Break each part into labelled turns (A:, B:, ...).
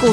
A: 股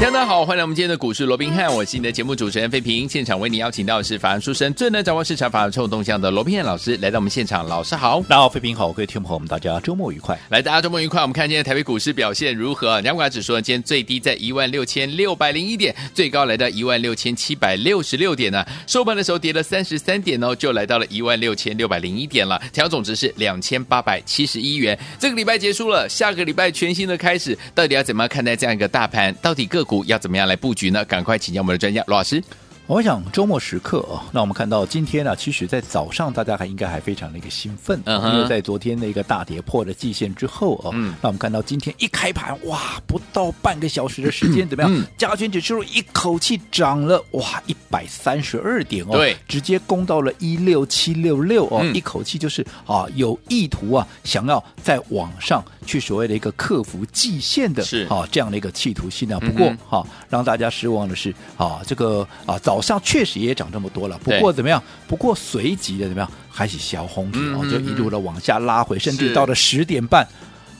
B: 大家好，欢迎来我们今天的股市罗宾汉，我是你的节目主持人费平。现场为你邀请到的是法案出身、最能掌握市场法案臭动向的罗宾汉老师来到我们现场，老师好。
C: 大家好，飞平好，各位听众朋友们，大家周末愉快。
B: 来，大家周末愉快。我们看今天台北股市表现如何？两股指数呢，今天最低在16,601点，最高来到16,766点呢、收盘的时候跌了33点哦，就来到了16,601点了。调总值是2,871元。这个礼拜结束了，下个礼拜全新的开始，到底要怎么样看待这样一个大盘？到底个股要怎么样来布局呢？赶快请教我们的专家罗老师。
C: 我想周末时刻啊，那我们看到今天啊，其实，在早上大家还应该还非常的一个兴奋，
B: 嗯哼
C: 因为在昨天的一个大跌破了季线之后啊，
B: 嗯
C: 那我们看到今天一开盘哇，不到半个小时的时间，怎么样？
B: 嗯
C: 加权指数一口气涨了哇一百三十二点哦，
B: 对
C: 直接攻到了一六七六六哦，
B: 嗯
C: 一口气就是啊有意图啊，想要再往上去所谓的一个克服季线的
B: 是
C: 啊这样的一个企图心啊，不
B: 嗯
C: 过
B: 哼
C: 哈、让大家失望的是啊，这个啊早上确实也涨这么多了，不
B: 对
C: 过怎么样？不过随即的怎么样？还是小红体
B: 嗯
C: 哦
B: 嗯，
C: 就一路的往下拉回，甚
B: 是
C: 至到了十点半。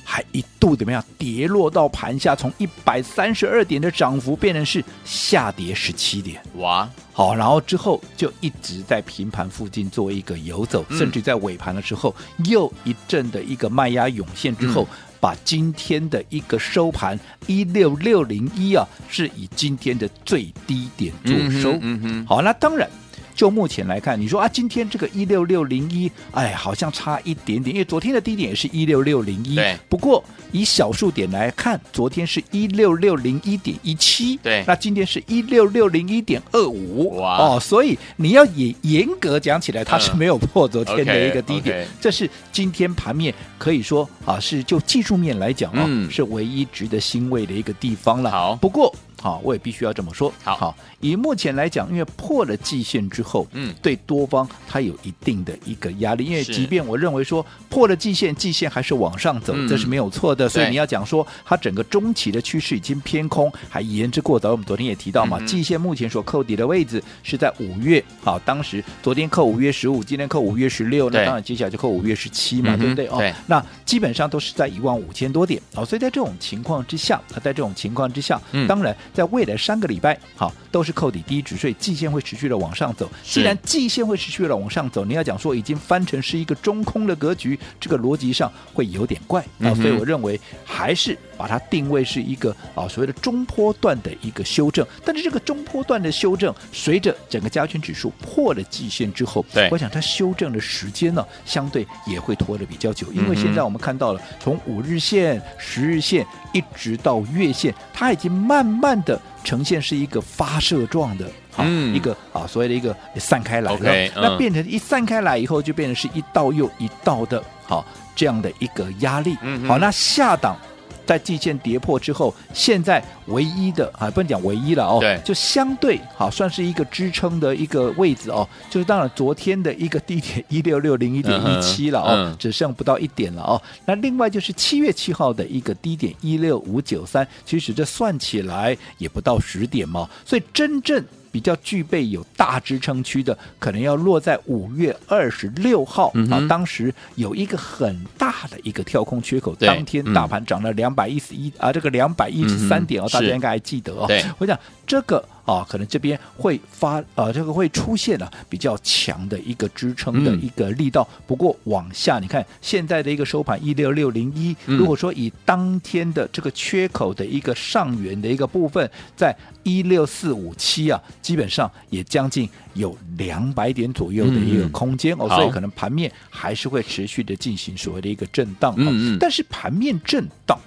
C: 还一度怎么样跌落到盘下，从一百三十二点的涨幅变成是下跌十七点，
B: 哇，
C: 好，然后之后就一直在平盘附近做一个游走，
B: 嗯
C: 甚至在尾盘的时候又一阵的一个卖压涌现之后。
B: 嗯
C: 把今天的一个收盘一六六零一啊，是以今天的最低点做收。
B: 嗯哼，
C: 好，那当然，就目前来看，你说啊，今天这个一六六零一，哎，好像差一点点，因为昨天的低点也是一六六零一
B: 对，
C: 不过以小数点来看，昨天是一六六零一点一七，
B: 对
C: 那今天是一六六零一点二五，
B: 哇
C: 哦，所以你要也严格讲起来，它是
B: 啊嗯
C: 没有破昨天的一个低点，
B: OK，OK
C: 这是今天盘面可以说啊，是就技术面来讲啊，
B: 嗯
C: 是唯一值得欣慰的一个地方了。
B: 好
C: 不过。好，我也必须要这么说。
B: 好
C: 以目前来讲，因为破了季线之后，
B: 嗯
C: 对多方它有一定的一个压力。因为
B: 是
C: 即便我认为说破了季线，季线还是往上走，
B: 嗯
C: 这是没有错的。所以
B: 对
C: 你要讲说它整个中期的趋势已经偏空，还言之过早。我们昨天也提到
B: 嗯
C: 嘛，
B: 哼
C: 季线目前所扣底的位置是在五月，好，当时昨天扣五月十五，今天扣五月十六，
B: 对
C: 那当然接下来就扣五月十七
B: 嗯
C: 嘛，
B: 哼
C: 对不对？哦，
B: 对
C: 那基本上都是在一万五千多点哦，所以在这种情况之下，啊，在这种情况之下，
B: 嗯
C: 当然在未来三个礼拜，好，都是扣底低值，所以季线会持续的往上走。
B: 是
C: 既然季线会持续的往上走，你要讲说已经翻成是一个中空的格局，这个逻辑上会有点怪啊、
B: 嗯哼
C: 所以我认为还是把它定位是一个啊所谓的中波段的一个修正。但是这个中波段的修正，随着整个加权指数破了季线之后，
B: 对
C: 我想它修正的时间呢，相对也会拖得比较久，因
B: 嗯哼
C: 为现在我们看到了从五日线、十日线一直到月线，它已经慢慢的呈现是一个发射状的。好，
B: 嗯
C: 一个啊，所谓的一个散开来了
B: OK，嗯
C: 那变成一散开来以后，就变成是一道又一道的，好这样的一个压力。
B: 嗯哼
C: 好，那下档在季线跌破之后，现在唯一的啊，不能讲唯一了哦，
B: 对
C: 就相对好算是一个支撑的一个位置哦，就是当然昨天的一个低点一六六零一点一七了哦，
B: 嗯嗯
C: 只剩不到一点了哦。那另外就是七月七号的一个低点一六五九三，其实这算起来也不到十点嘛，所以真正。比较具备有大支撑区的，可能要落在五月二十六号、
B: 嗯哼
C: 啊，当时有一个很大的一个跳空缺口，
B: 对
C: 当天
B: 嗯
C: 大盘涨了两百一十一啊，这个两百一十三点哦
B: 嗯，哼
C: 大家
B: 是
C: 应该还记得哦。
B: 对
C: 我想这个啊，可能这边会发呃，这个会出现了、比较强的一个支撑的
B: 嗯
C: 一个力道。不过往下，你看现在的一个收盘一六六零一，
B: 嗯
C: 如果说以当天的这个缺口的一个上缘的一个部分，在一六四五七啊，基本上也将近有两百点左右的一个
B: 嗯
C: 空间哦，
B: 好
C: 所以可能盘面还是会持续的进行所谓的一个震荡、哦。
B: 嗯嗯
C: 但是盘面震荡。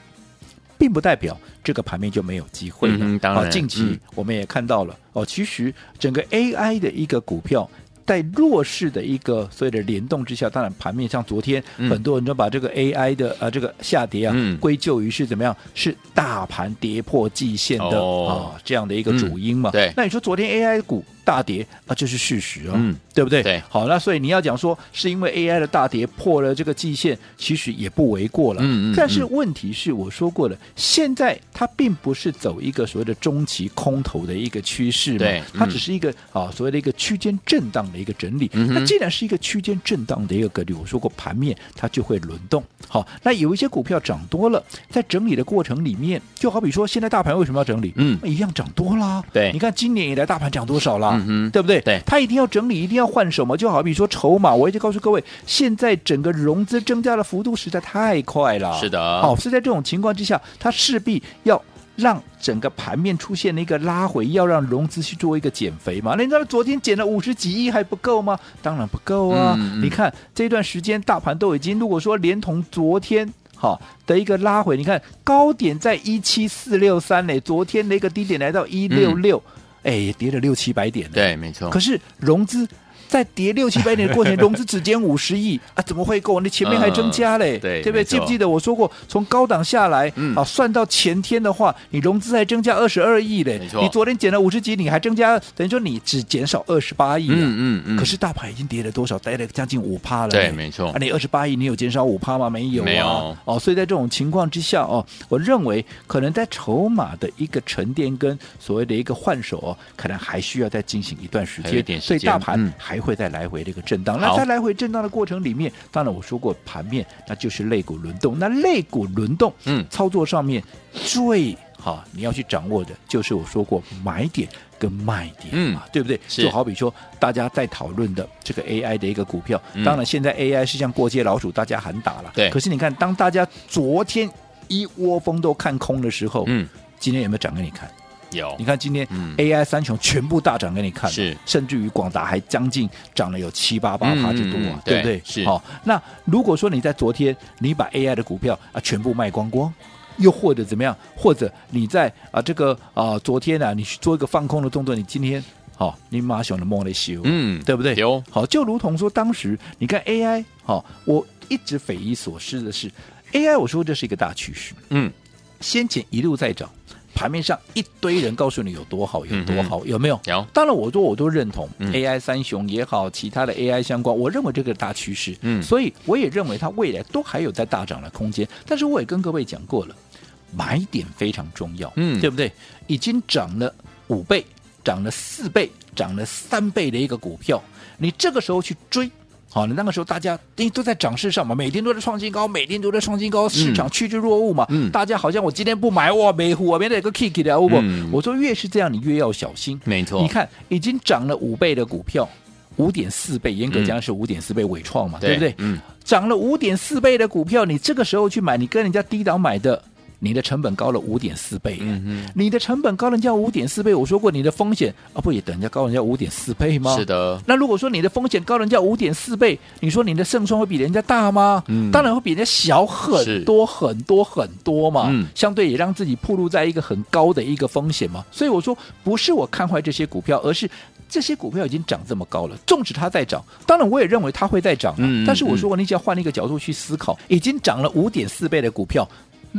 C: 并不代表这个盘面就没有机会了。
B: 嗯哼当然
C: 啊近
B: 嗯
C: 期我们也看到了、哦，其实整个 AI 的一个股票。在弱势的一个所谓的联动之下，当然盘面像昨天、
B: 嗯
C: 很多人都把这个 AI 的呃这个下跌啊、
B: 嗯
C: 归咎于是怎么样？是大盘跌破季线的啊、
B: 哦
C: 这样的一个主因
B: 嗯
C: 嘛。
B: 对
C: 那你说昨天 AI 股大跌啊，这是事实哦，
B: 嗯
C: 对不对？
B: 对
C: 好，那所以你要讲说是因为 AI 的大跌破了这个季线，其实也不为过了。
B: 嗯嗯
C: 但是问题是，我说过了，现在它并不是走一个所谓的中期空头的一个趋势嘛，
B: 对
C: 它
B: 嗯
C: 只是一个啊所谓的一个区间震荡的一个整理。
B: 嗯哼
C: 那既然是一个区间震荡的一个格局，我说过盘面它就会轮动。好，那有一些股票涨多了，在整理的过程里面，就好比说现在大盘为什么要整理？
B: 嗯
C: 一样涨多啦。
B: 对
C: 你看今年以来大盘涨多少啦？
B: 嗯哼
C: 对不对？
B: 对
C: 它一定要整理，一定要换手嘛。就好比说筹码，我一直告诉各位，现在整个融资增加的幅度实在太快了。
B: 是的
C: 好，所以在这种情况之下，它势必要。让整个盘面出现了一个拉回，要让融资去做一个减肥嘛？那你知道昨天减了五十几亿还不够吗？当然不够啊！
B: 嗯嗯
C: 你看这段时间大盘都已经，如果说连同昨天好的一个拉回，你看高点在一七四六三嘞，昨天的一个低点来到一六六，
B: 嗯
C: 哎，也跌了六七百点呢。
B: 对，没错
C: 可，是融资在跌六七百点的过程，融资只减五 十亿啊，怎么会够？你前面还增加嘞，
B: 嗯对
C: 不对？
B: 没错
C: 记不记得我说过，从高档下来、
B: 嗯
C: 啊，算到前天的话，你融资还增加二十二亿嘞
B: 没。错
C: 你昨天减了五十几，你还增加，等于说你只减少二十八亿、啊。
B: 嗯嗯嗯，
C: 可是大盘已经跌了多少？跌了将近五趴了呢。
B: 对没错
C: 啊，你二十八亿，你有减少五趴吗？没有、啊，
B: 没有
C: 哦，所以在这种情况之下，哦，我认为可能在筹码的一个沉淀跟所谓的一个换手、哦，可能还需要再进行一段时
B: 还有一
C: 间。
B: 点时
C: 所以
B: 间
C: 大盘
B: 嗯
C: 还会再来回的一个震荡。那
B: 好
C: 在来回震荡的过程里面，当然我说过盘面那就是肋骨轮动，那肋骨轮动，
B: 嗯
C: 操作上面最好你要去掌握的就是我说过买点跟卖点
B: 嗯
C: 嘛，对不对？
B: 是
C: 就好比说大家在讨论的这个 AI 的一个股票，
B: 嗯
C: 当然现在 AI 是像过街老鼠，大家喊打了。
B: 对
C: 可是你看，当大家昨天一窝蜂都看空的时候，
B: 嗯
C: 今天有没有涨给你看？
B: 有
C: 你，看今天
B: 嗯
C: AI 三雄全部大涨给你看，
B: 是
C: 甚至于广达还将近涨了有七八八趴之多
B: 嗯嗯嗯
C: 啊，对不
B: 对
C: 对？
B: 是
C: 好、那如果说你在昨天你把 AI 的股票啊全部卖光光。又或者怎么样？或者你在啊这个啊昨天啊你去做一个放空的动作，你今天好、你马上的摸了修，
B: 嗯
C: 对不对？
B: 有，
C: 好，就如同说当时你看 AI，好、我一直匪夷所思的是 AI，我说这是一个大趋势，
B: 嗯
C: 先前一路在涨，盘面上一堆人告诉你有多好，有
B: 嗯
C: 多好，有没有？
B: 有
C: 当然，我说我都认同、
B: 嗯
C: AI 三雄也好，其他的 AI 相关，我认为这个大趋势，
B: 嗯
C: 所以我也认为它未来都还有在大涨的空间。但是我也跟各位讲过了，买点非常重要，
B: 嗯
C: 对不对？已经涨了五倍，涨了四倍，涨了三倍的一个股票，你这个时候去追。好，你那个时候大家因为都在涨势上嘛，每天都在创新高，每天都在创新高，市场趋之若鹜嘛。
B: 嗯
C: 大家好像我今天不买，哇，没虎，我边的有个 kick 的，我不、
B: 嗯
C: 我说越是这样，你越要小心。
B: 没错
C: 你看已经涨了五倍的股票，五点四倍，严格讲是五点四倍伟创嘛，
B: 对
C: 对不对？
B: 嗯，
C: 涨了五点四倍的股票，你这个时候去买，你跟人家低档买的，你的成本高了五点四倍，啊
B: 嗯
C: 你的成本高人家五点四倍，我说过你的风险啊，不也等人家高人家五点四倍吗？
B: 哼，是。的，
C: 那如果说你的风险高人家五点四倍，你说你的胜算会比人家大吗？
B: 嗯
C: 当然会比人家小很多很多很多嘛。
B: 嗯
C: 相对也让自己暴露在一个很高的一个风险嘛。所以我说，不是我看坏这些股票，而是这些股票已经涨这么高了，纵使它在涨，当然我也认为它会再涨啊、
B: 嗯嗯
C: 但是我说过，你只要换一个角度去思考，已经涨了五点四倍的股票，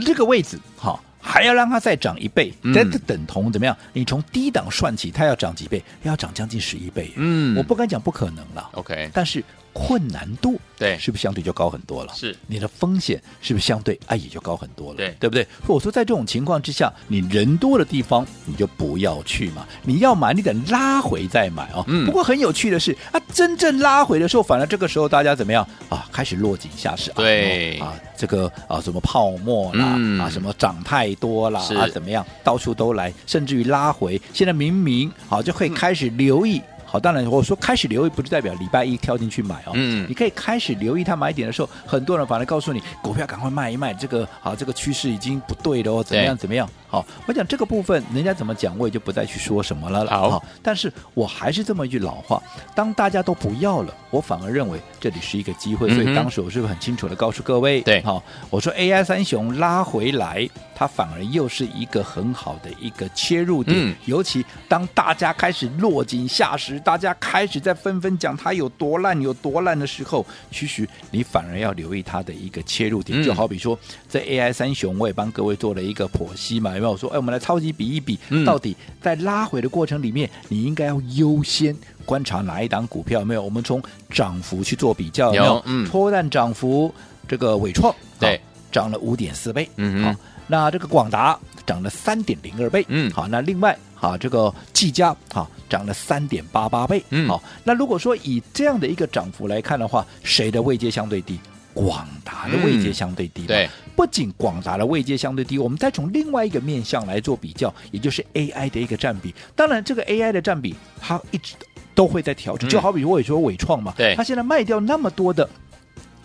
C: 这个位置哈。还要让它再涨一倍，
B: 嗯
C: 这、这等同怎么样？你从低档算起，它要涨几倍？要涨将近十一倍耶。
B: 嗯
C: 我不敢讲不可能了，
B: OK，
C: 但是困难度
B: 对
C: 是不是相对就高很多了？
B: 是
C: 你的风险是不是相对哎也就高很多了？
B: 对
C: 对不对？所以我说在这种情况之下，你人多的地方你就不要去嘛，你要买你得拉回再买哦。
B: 嗯
C: 不过很有趣的是啊，真正拉回的时候，反而这个时候大家怎么样啊？开始落井下石，啊
B: 对
C: 啊，这个啊什么泡沫啦、
B: 嗯
C: 啊什么涨太多啦
B: 是
C: 啊怎么样，到处都来，甚至于拉回。现在明明好、就
B: 嗯
C: 会开始留意。好，当然我说开始留意，不是代表礼拜一跳进去买哦，
B: 嗯
C: 你可以开始留意它买点的时候，很多人反而告诉你股票赶快卖一卖，这个啊这个趋势已经不对了哦，怎么样
B: 对
C: 怎么样？好，我讲这个部分人家怎么讲，我也就不再去说什么了啦。
B: 好
C: 但是我还是这么一句老话，当大家都不要了，我反而认为这里是一个机会，所
B: 嗯哼嗯
C: 以当时我是不是很清楚的告诉各位，
B: 对
C: 好，我说 AI 三雄拉回来，它反而又是一个很好的一个切入点，
B: 嗯
C: 尤其当大家开始落井下石，大家开始在纷纷讲它有多烂有多烂的时候，其实你反而要留意它的一个切入点，
B: 嗯
C: 就好比说这 AI 三雄，我也帮各位做了一个剖析嘛，有没有？没有？我说，哎，我们来超级比一比，
B: 嗯
C: 到底在拉回的过程里面，你应该要优先观察哪一档股票？有没有？我们从涨幅去做比较，有没
B: 有
C: 有？
B: 嗯
C: 脱蛋涨幅，这个伟创
B: 对
C: 好涨了五点四倍，
B: 嗯哼
C: 好，那这个广达涨了三点零二倍，
B: 嗯
C: 好，那另外好这个技嘉好涨了三点八八倍，
B: 嗯
C: 好，那如果说以这样的一个涨幅来看的话，谁的位阶相对低？广达的位阶
B: 嗯
C: 相对低嘛、
B: 对，
C: 不仅广达的位阶相对低，我们再从另外一个面向来做比较，也就是 AI 的一个占比。当然，这个 AI 的占比它一直都会在调整，
B: 嗯
C: 就好比我也说伟创嘛，
B: 对
C: 它现在卖掉那么多的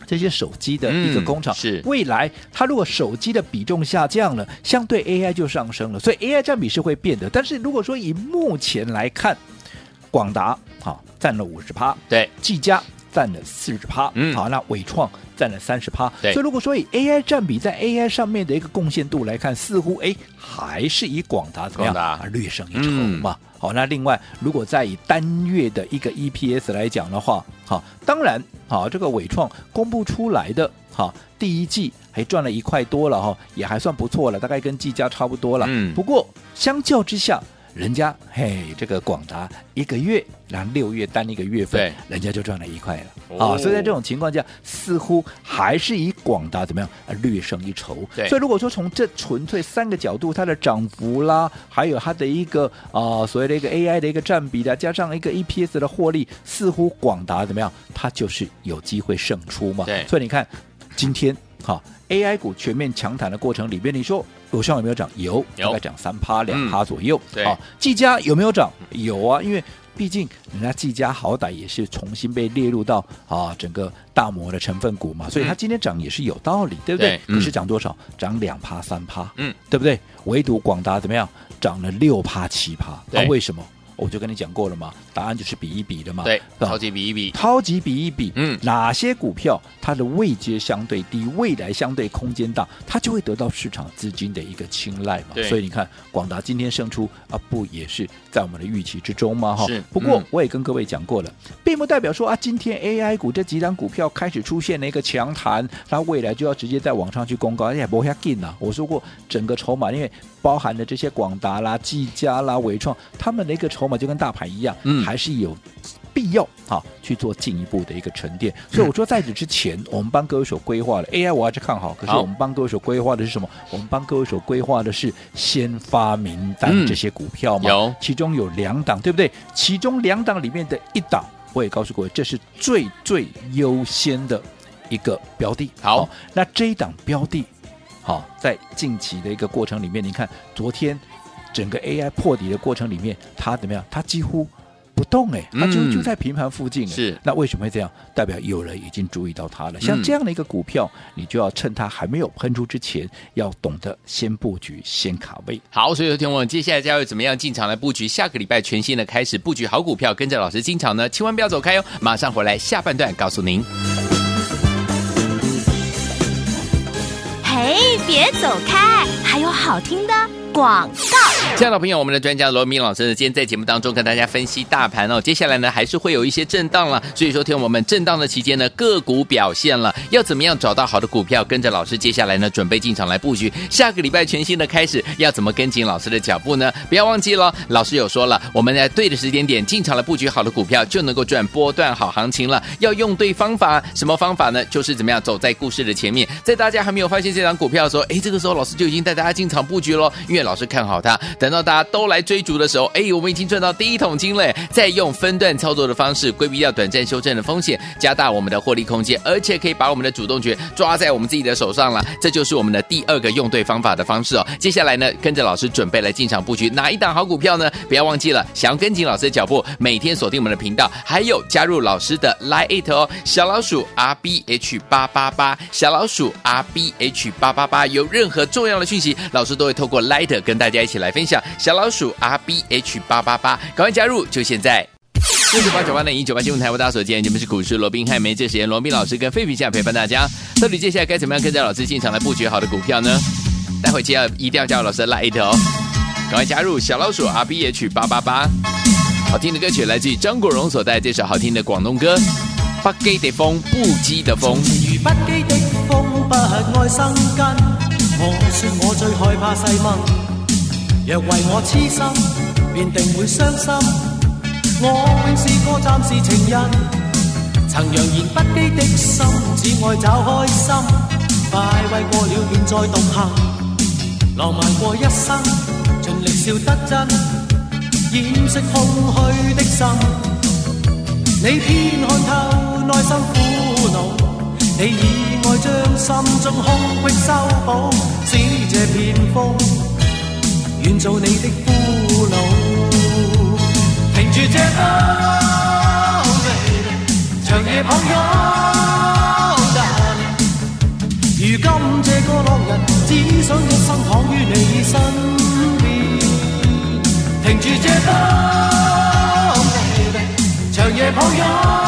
C: 这些手机的一个
B: 嗯
C: 工厂，
B: 是
C: 未来它如果手机的比重下降了，相对 AI 就上升了，所以 AI 占比是会变的。但是如果说以目前来看，广达好占了五十趴，
B: 对，
C: 技嘉占了四十趴，
B: 嗯
C: 好，那伟创占了三十趴，
B: 对
C: 所以如果说以 AI 占比在 AI 上面的一个贡献度来看，似乎哎还是以广达怎么样
B: 广达嗯
C: 啊略胜一筹嘛。好，那另外如果再以单月的一个 EPS 来讲的话，好，当然好，这个伟创公布出来的好第一季还赚了一块多了哈，也还算不错了，大概跟技嘉差不多了。
B: 嗯
C: 不过相较之下。人家嘿，这个广达一个月，然后六月单一个月份，
B: 对
C: 人家就赚了一块了。
B: 哦
C: 啊，所以在这种情况下，似乎还是以广达怎么样呃略胜一筹。
B: 对
C: 所以如果说从这纯粹三个角度，它的涨幅啦，还有它的一个啊、所谓的一个 AI 的一个占比啦，加上一个 EPS 的获利，似乎广达怎么样，它就是有机会胜出嘛。
B: 对
C: 所以你看今天哈、AI 股全面强弹的过程里面，你说友尚有没有涨？有，
B: 有嗯
C: 大概涨三趴两趴左右。
B: 对
C: 啊，技嘉有没有涨？有啊，因为毕竟人家技嘉好歹也是重新被列入到啊整个大摩的成分股嘛，所以它今天涨也是有道理，对不对
B: 嗯对？嗯
C: 可是涨多少？涨两趴三趴，
B: 嗯，
C: 对不对？唯独广达怎么样？涨了六趴七趴，
B: 对
C: 啊为什么？我就跟你讲过了嘛，答案就是比一比的嘛，
B: 对，
C: 啊是吧
B: 超级比一比，
C: 超级比一比，
B: 嗯
C: 哪些股票它的位阶相对低，未来相对空间大，它就会得到市场资金的一个青睐嘛
B: 对。
C: 所以你看，广达今天胜出啊，不也是在我们的预期之中吗？哈
B: 是。
C: 不过
B: 嗯
C: 我也跟各位讲过了，并不代表说啊，今天 AI 股这几档股票开始出现了一个强弹，它未来就要直接在网上去公告，哎呀，不要紧呐。我说过，整个筹码因为包含的这些广达啦、技嘉啦、伟创，他们的一个筹码就跟大盘一样，
B: 嗯
C: 还是有必要啊去做进一步的一个沉淀。所以我说，在此之前，我们帮各位所规划的 AI 我还是看好，可是
B: 嗯好
C: 我们帮各位所规划的是什么？我们帮各位所规划的是先发名单
B: 嗯
C: 这些股票嘛，
B: 有
C: 其中有两档，对不对？其中两档里面的一档，我也告诉各位，这是最最优先的一个标的。
B: 好
C: 那这一档标的，好、在近期的一个过程里面，你看昨天整个 AI 破底的过程里面，它怎么样？它几乎不动哎、它就、
B: 嗯
C: 就在平盘附近、哎
B: 是
C: 那为什么会这样？代表有人已经注意到它了。像
B: 嗯
C: 这样的一个股票，你就要趁它还没有喷出之前，要懂得先布局、先卡位。
B: 好，所以有听我接下来将会怎么样进场来布局下个礼拜全新的开始布局好股票，跟着老师进场呢，千万不要走开哦，马上回来下半段告诉您。
A: 嘿，别走开，还有好听的广告。
B: 亲爱的朋友，我们的专家罗明老师呢，今天在节目当中跟大家分析大盘哦，接下来呢还是会有一些震荡了，所以说听我们震荡的期间呢，个股表现了，要怎么样找到好的股票，跟着老师接下来呢准备进场来布局，下个礼拜全新的开始，要怎么跟紧老师的脚步呢？不要忘记了，老师有说了，我们在对的时间点进场来布局好的股票，就能够赚波段好行情了，要用对方法，什么方法呢？就是怎么样走在故事的前面，在大家还没有发现这档股票的时候，哎，这个时候老师就已经带大家进场布局喽，因为老师看好它，等到大家都来追逐的时候，哎，我们已经赚到第一桶金了，再用分段操作的方式规避掉短暂修正的风险，加大我们的获利空间，而且可以把我们的主动权抓在我们自己的手上了，这就是我们的第二个用对方法的方式哦。接下来呢，跟着老师准备来进场布局哪一档好股票呢？不要忘记了，想要跟紧老师的脚步，每天锁定我们的频道，还有加入老师的 Line It 哦，小老鼠 R B H 八八八，小老鼠 R B H 八八八，有任何重要的讯息，老师都会透过 Light 跟大家一起来分享。小老鼠 R B H 八八八，赶快加入，就现在。六九八九八零一九八新闻台，我大家所见，节目是股市罗宾汉，没这时间，罗宾老师跟费皮下陪伴大家。到底接下来该怎么样跟着老师进场来布局好的股票呢？待会接要一定要加入老师的 Light 哦，赶快加入小老鼠 R B H 八八八。好听的歌曲来自于张国荣所带来这首好听的广东歌《北基的风，不羁的风》。
D: 如不羁的風，不愛生根。我說我最害怕細蚊，若为我痴心，便定会伤心。我永是个暂时情人，曾扬言不羁的心，只爱找开心。快慰过了，便再动行。浪漫过一生，尽力笑得真，掩饰空虚的心。你偏看透内心苦恼，你以爱将心中空隙修补，使这片风。愿做你的俘虏。停住这歌，baby，长夜抱拥，darling。如今这个落日，只想一生躺于你身边。停住这歌，baby，长夜抱拥。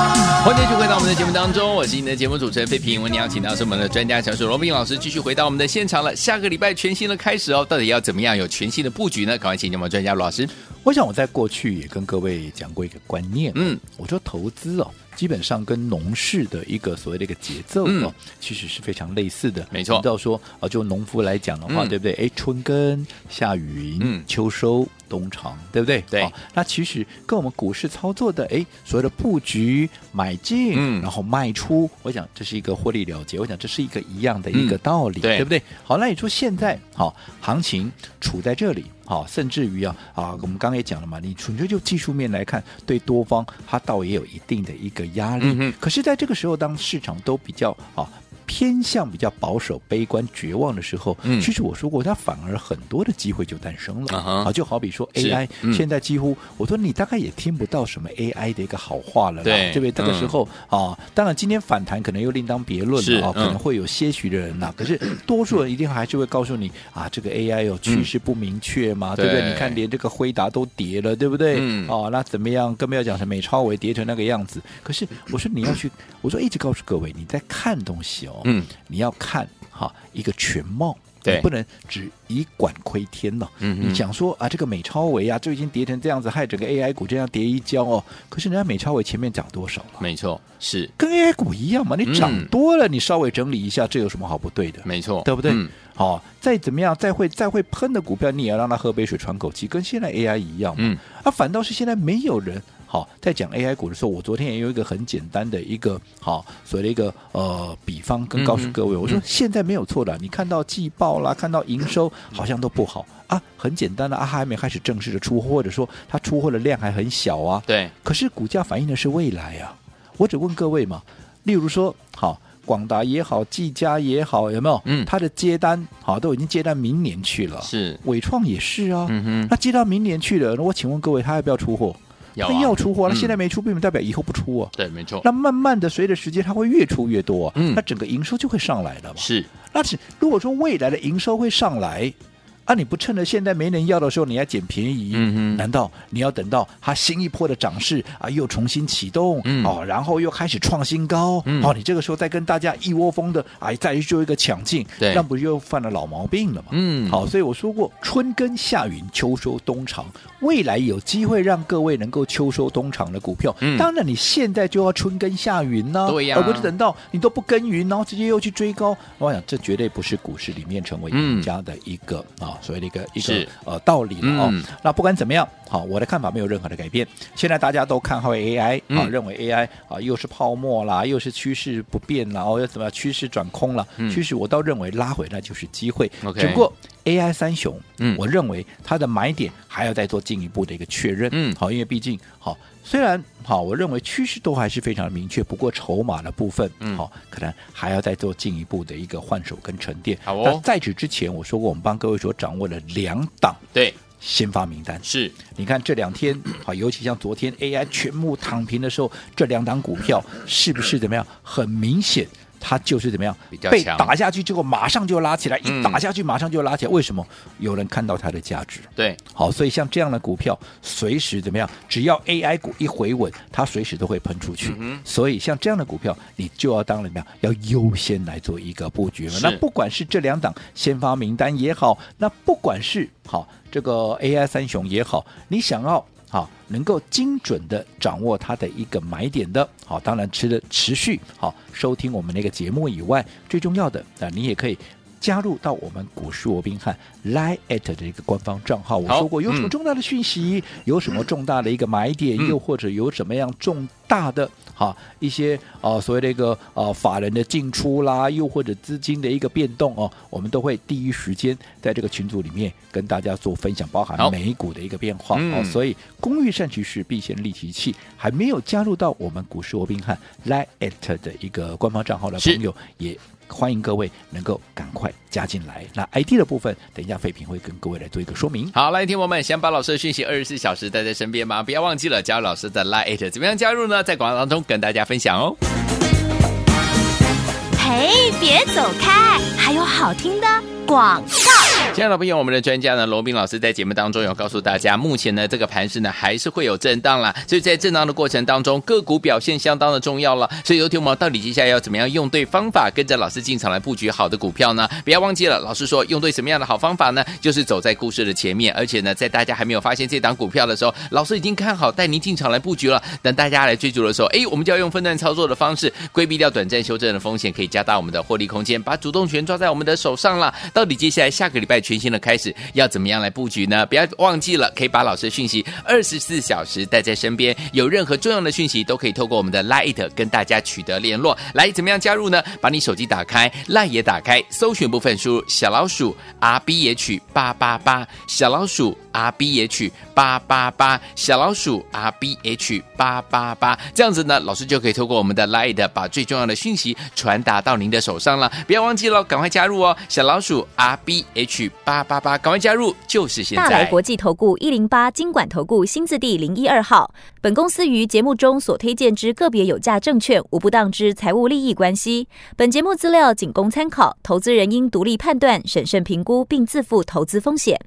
B: 欢迎继续回到我们的节目当中，我是你的节目主持人费平。我们邀请到是我们的专家小鼠罗宾老师，继续回到我们的现场了。下个礼拜全新的开始哦，到底要怎么样有全新的布局呢？赶快请教我们专家罗老师。
C: 我想我在过去也跟各位讲过一个观念，哦
B: 嗯，
C: 我说投资哦，基本上跟农事的一个所谓的一个节奏哦，
B: 嗯
C: 其实是非常类似的，
B: 没错
C: 你知道说啊、就农夫来讲的话，
B: 嗯
C: 对不对？哎，春耕、夏耘、
B: 嗯
C: 秋收、冬藏，对不对？
B: 对
C: 好那其实跟我们股市操作的哎所谓的布局、买进，
B: 嗯
C: 然后卖出，我想这是一个获利了结，我想这是一个一样的一个
B: 嗯
C: 道理，
B: 对
C: 对不对？好，那你说现在好行情处在这里。好，甚至于啊啊，我们刚刚也讲了嘛，你纯粹就技术面来看，对多方它倒也有一定的一个压力。
B: 嗯哼
C: 可是，在这个时候，当市场都比较啊偏向比较保守、悲观、绝望的时候，
B: 嗯
C: 其实我说过，它反而很多的机会就诞生了
B: 啊哈
C: 啊，就好比说
B: 是
C: AI，、
B: 嗯
C: 现在几乎我说你大概也听不到什么 AI 的一个好话了啦，
B: 对
C: 不对？这个
B: 嗯
C: 时候、啊，当然今天反弹可能又另当别论
B: 是
C: 了啊，可
B: 嗯
C: 能会有些许的人呐、可是多数人一定还是会告诉你啊，这个 AI 有趋势不明确嘛，对不
B: 嗯对
C: 对？你看连这个辉达都跌了，对不对？
B: 嗯
C: 哦，那怎么样？更不要讲是美超伟跌成那个样子。可是我说你要去，我说一直告诉各位，你在看东西哦，
B: 嗯，
C: 你要看哈、一个全貌。
B: 对
C: 你不能只以管窥天了、
B: 嗯哼
C: 你讲说啊，这个美超维啊，就已经跌成这样子，害整个 AI 股这样跌一跤哦。可是人家美超维前面涨多少了？
B: 没错，是
C: 跟 AI 股一样嘛，你涨
B: 嗯
C: 多了，你稍微整理一下，这有什么好不对的？
B: 没错，
C: 对不对
B: 嗯？
C: 好、再怎么样，再会再会喷的股票，你也要让它喝杯水、喘口气，跟现在 AI 一样嘛。
B: 嗯
C: 啊，反倒是现在没有人好、在讲 AI 股的时候，我昨天也有一个很简单的一个好、所谓的一个呃比方，跟告诉各
B: 嗯
C: 位，我说现在没有错的，你看到季报啦，看到营收好像都不好啊，很简单的啊，还没开始正式的出货，或者说它出货的量还很小啊，
B: 对，
C: 可是股价反映的是未来啊。我只问各位嘛，例如说，好，广达也好，技嘉也好，有没有？
B: 嗯
C: 它的接单好都已经接单明年去了，
B: 是，
C: 伟创也是啊。
B: 嗯哼，
C: 那接到明年去了，那我请问各位，它要不要出货？
B: 要
C: 它
B: 啊
C: 要出货，那
B: 嗯
C: 现在没出，并不代表以后不出啊。
B: 对，没错，
C: 那慢慢的，随着时间，它会越出越多、啊，
B: 嗯
C: 那整个营收就会上来了嘛。
B: 是
C: 那是如果说未来的营收会上来，啊，你不趁着现在没人要的时候你还捡便宜，
B: 嗯哼
C: 难道你要等到它新一波的涨势啊又重新启动、
B: 嗯
C: 哦，然后又开始创新高，
B: 嗯
C: 哦，你这个时候再跟大家一窝蜂的哎再去做一个抢进，
B: 对
C: 那不又犯了老毛病了吗？
B: 嗯
C: 好，所以我说过，春耕夏耘，秋收冬藏，未来有机会让各位能够秋收冬藏的股票，
B: 嗯
C: 当然你现在就要春耕夏耘呢、
B: 对呀
C: 而不是等到你都不耕耘，然后直接又去追高。我想这绝对不是股市里面成为赢家的一个、啊，所谓的一个一个
B: 嗯是
C: 呃道理了哦。
B: 嗯
C: 那不管怎么样，好，我的看法没有任何的改变。现在大家都看好 AI 啊，
B: 嗯
C: 认为 AI 啊又是泡沫啦，又是趋势不变啦，哦又怎么样趋势转空了？
B: 嗯
C: 趋势我倒认为拉回来就是机会，
B: OK
C: 只不过 AI 三雄，
B: 嗯
C: 我认为它的买点还要再做进一步的一个确认。
B: 嗯
C: 好，因为毕竟好，虽然好，我认为趋势都还是非常明确，不过筹码的部分，
B: 嗯
C: 好，可能还要再做进一步的一个换手跟沉淀。
B: 好哦
C: 那在此之前，我说过，我们帮各位所掌握了两档
B: 对，
C: 先发名单。
B: 是，
C: 你看这两天，好，尤其像昨天 AI 全部躺平的时候，这两档股票是不是怎么样？很明显，它就是怎么样
B: 比较
C: 被
B: 强
C: 打下去，结果马上就拉起来，
B: 嗯
C: 一打下去马上就拉起来。为什么？有人看到它的价值。
B: 对，
C: 好，所以像这样的股票，随时怎么样？只要 AI 股一回稳，它随时都会喷出去。所以像这样的股票，你就要当怎么样？要优先来做一个布局了。
B: 是
C: 那不管是这两档先发名单也好，那不管是好这个 AI 三雄也好，你想要。好，能够精准的掌握它的一个买点的，好，当然持的持续好收听我们那个节目以外，最重要的啊，你也可以加入到我们股市罗宾汉 Line at 的一个官方账号。我
B: 好
C: 说过，有什么
B: 嗯
C: 重大的讯息，有什么重大的一个买点，
B: 嗯
C: 又或者有什么样重大的哈一些啊所谓的一个啊法人的进出啦，又或者资金的一个变动哦，我们都会第一时间在这个群组里面跟大家做分享，包含
B: 好
C: 美股的一个变化哦
B: 嗯，
C: 所以工欲善其事，必先利其器。还没有加入到我们股市罗宾汉 Line at 的一个官方账号的
B: 是
C: 朋友，也欢迎各位能够赶快加进来。那 ID 的部分，等一下费平会跟各位来做一个说明。
B: 好，来，听我们想把老师的讯息二十四小时带在身边吗？不要忘记了加入老师的 Lite，怎么样加入呢？在广告当中跟大家分享哦。
A: 嘿，别走开，还有好听的广
B: 亲爱的朋友，我们的专家呢，罗斌老师在节目当中有告诉大家，目前呢这个盘势呢还是会有震荡啦，所以在震荡的过程当中，个股表现相当的重要了。所以有听我们到底接下来要怎么样用对方法，跟着老师进场来布局好的股票呢？不要忘记了，老师说用对什么样的好方法呢？就是走在故事的前面，而且呢，在大家还没有发现这档股票的时候，老师已经看好带您进场来布局了。等大家来追逐的时候，哎，我们就要用分段操作的方式，规避掉短暂修正的风险，可以加大我们的获利空间，把主动权抓在我们的手上了。到底接下来下个礼拜全新的开始要怎么样来布局呢？不要忘记了，可以把老师的讯息二十四小时带在身边，有任何重要的讯息都可以透过我们的 Lite 跟大家取得联络。来，怎么样加入呢？把你手机打开，Lite 也打开，搜寻部分输入小老鼠 R B H 八八八，小老鼠 R B H 八八八，小老鼠 R B H 八八八，这样子呢，老师就可以透过我们的 Lite 把最重要的讯息传达到您的手上了。不要忘记了，赶快加入哦，小老鼠 R B H 八八八，赶快加入，就是现
E: 大来
B: 在。
E: 国际投顾一零八金管投顾新字第零一二号。本公司于节目中所推荐之个别有价证券，无不当之财务利益关系。本节目资料仅供参考，投资人应独立判断、审慎评估，并自负投资风险。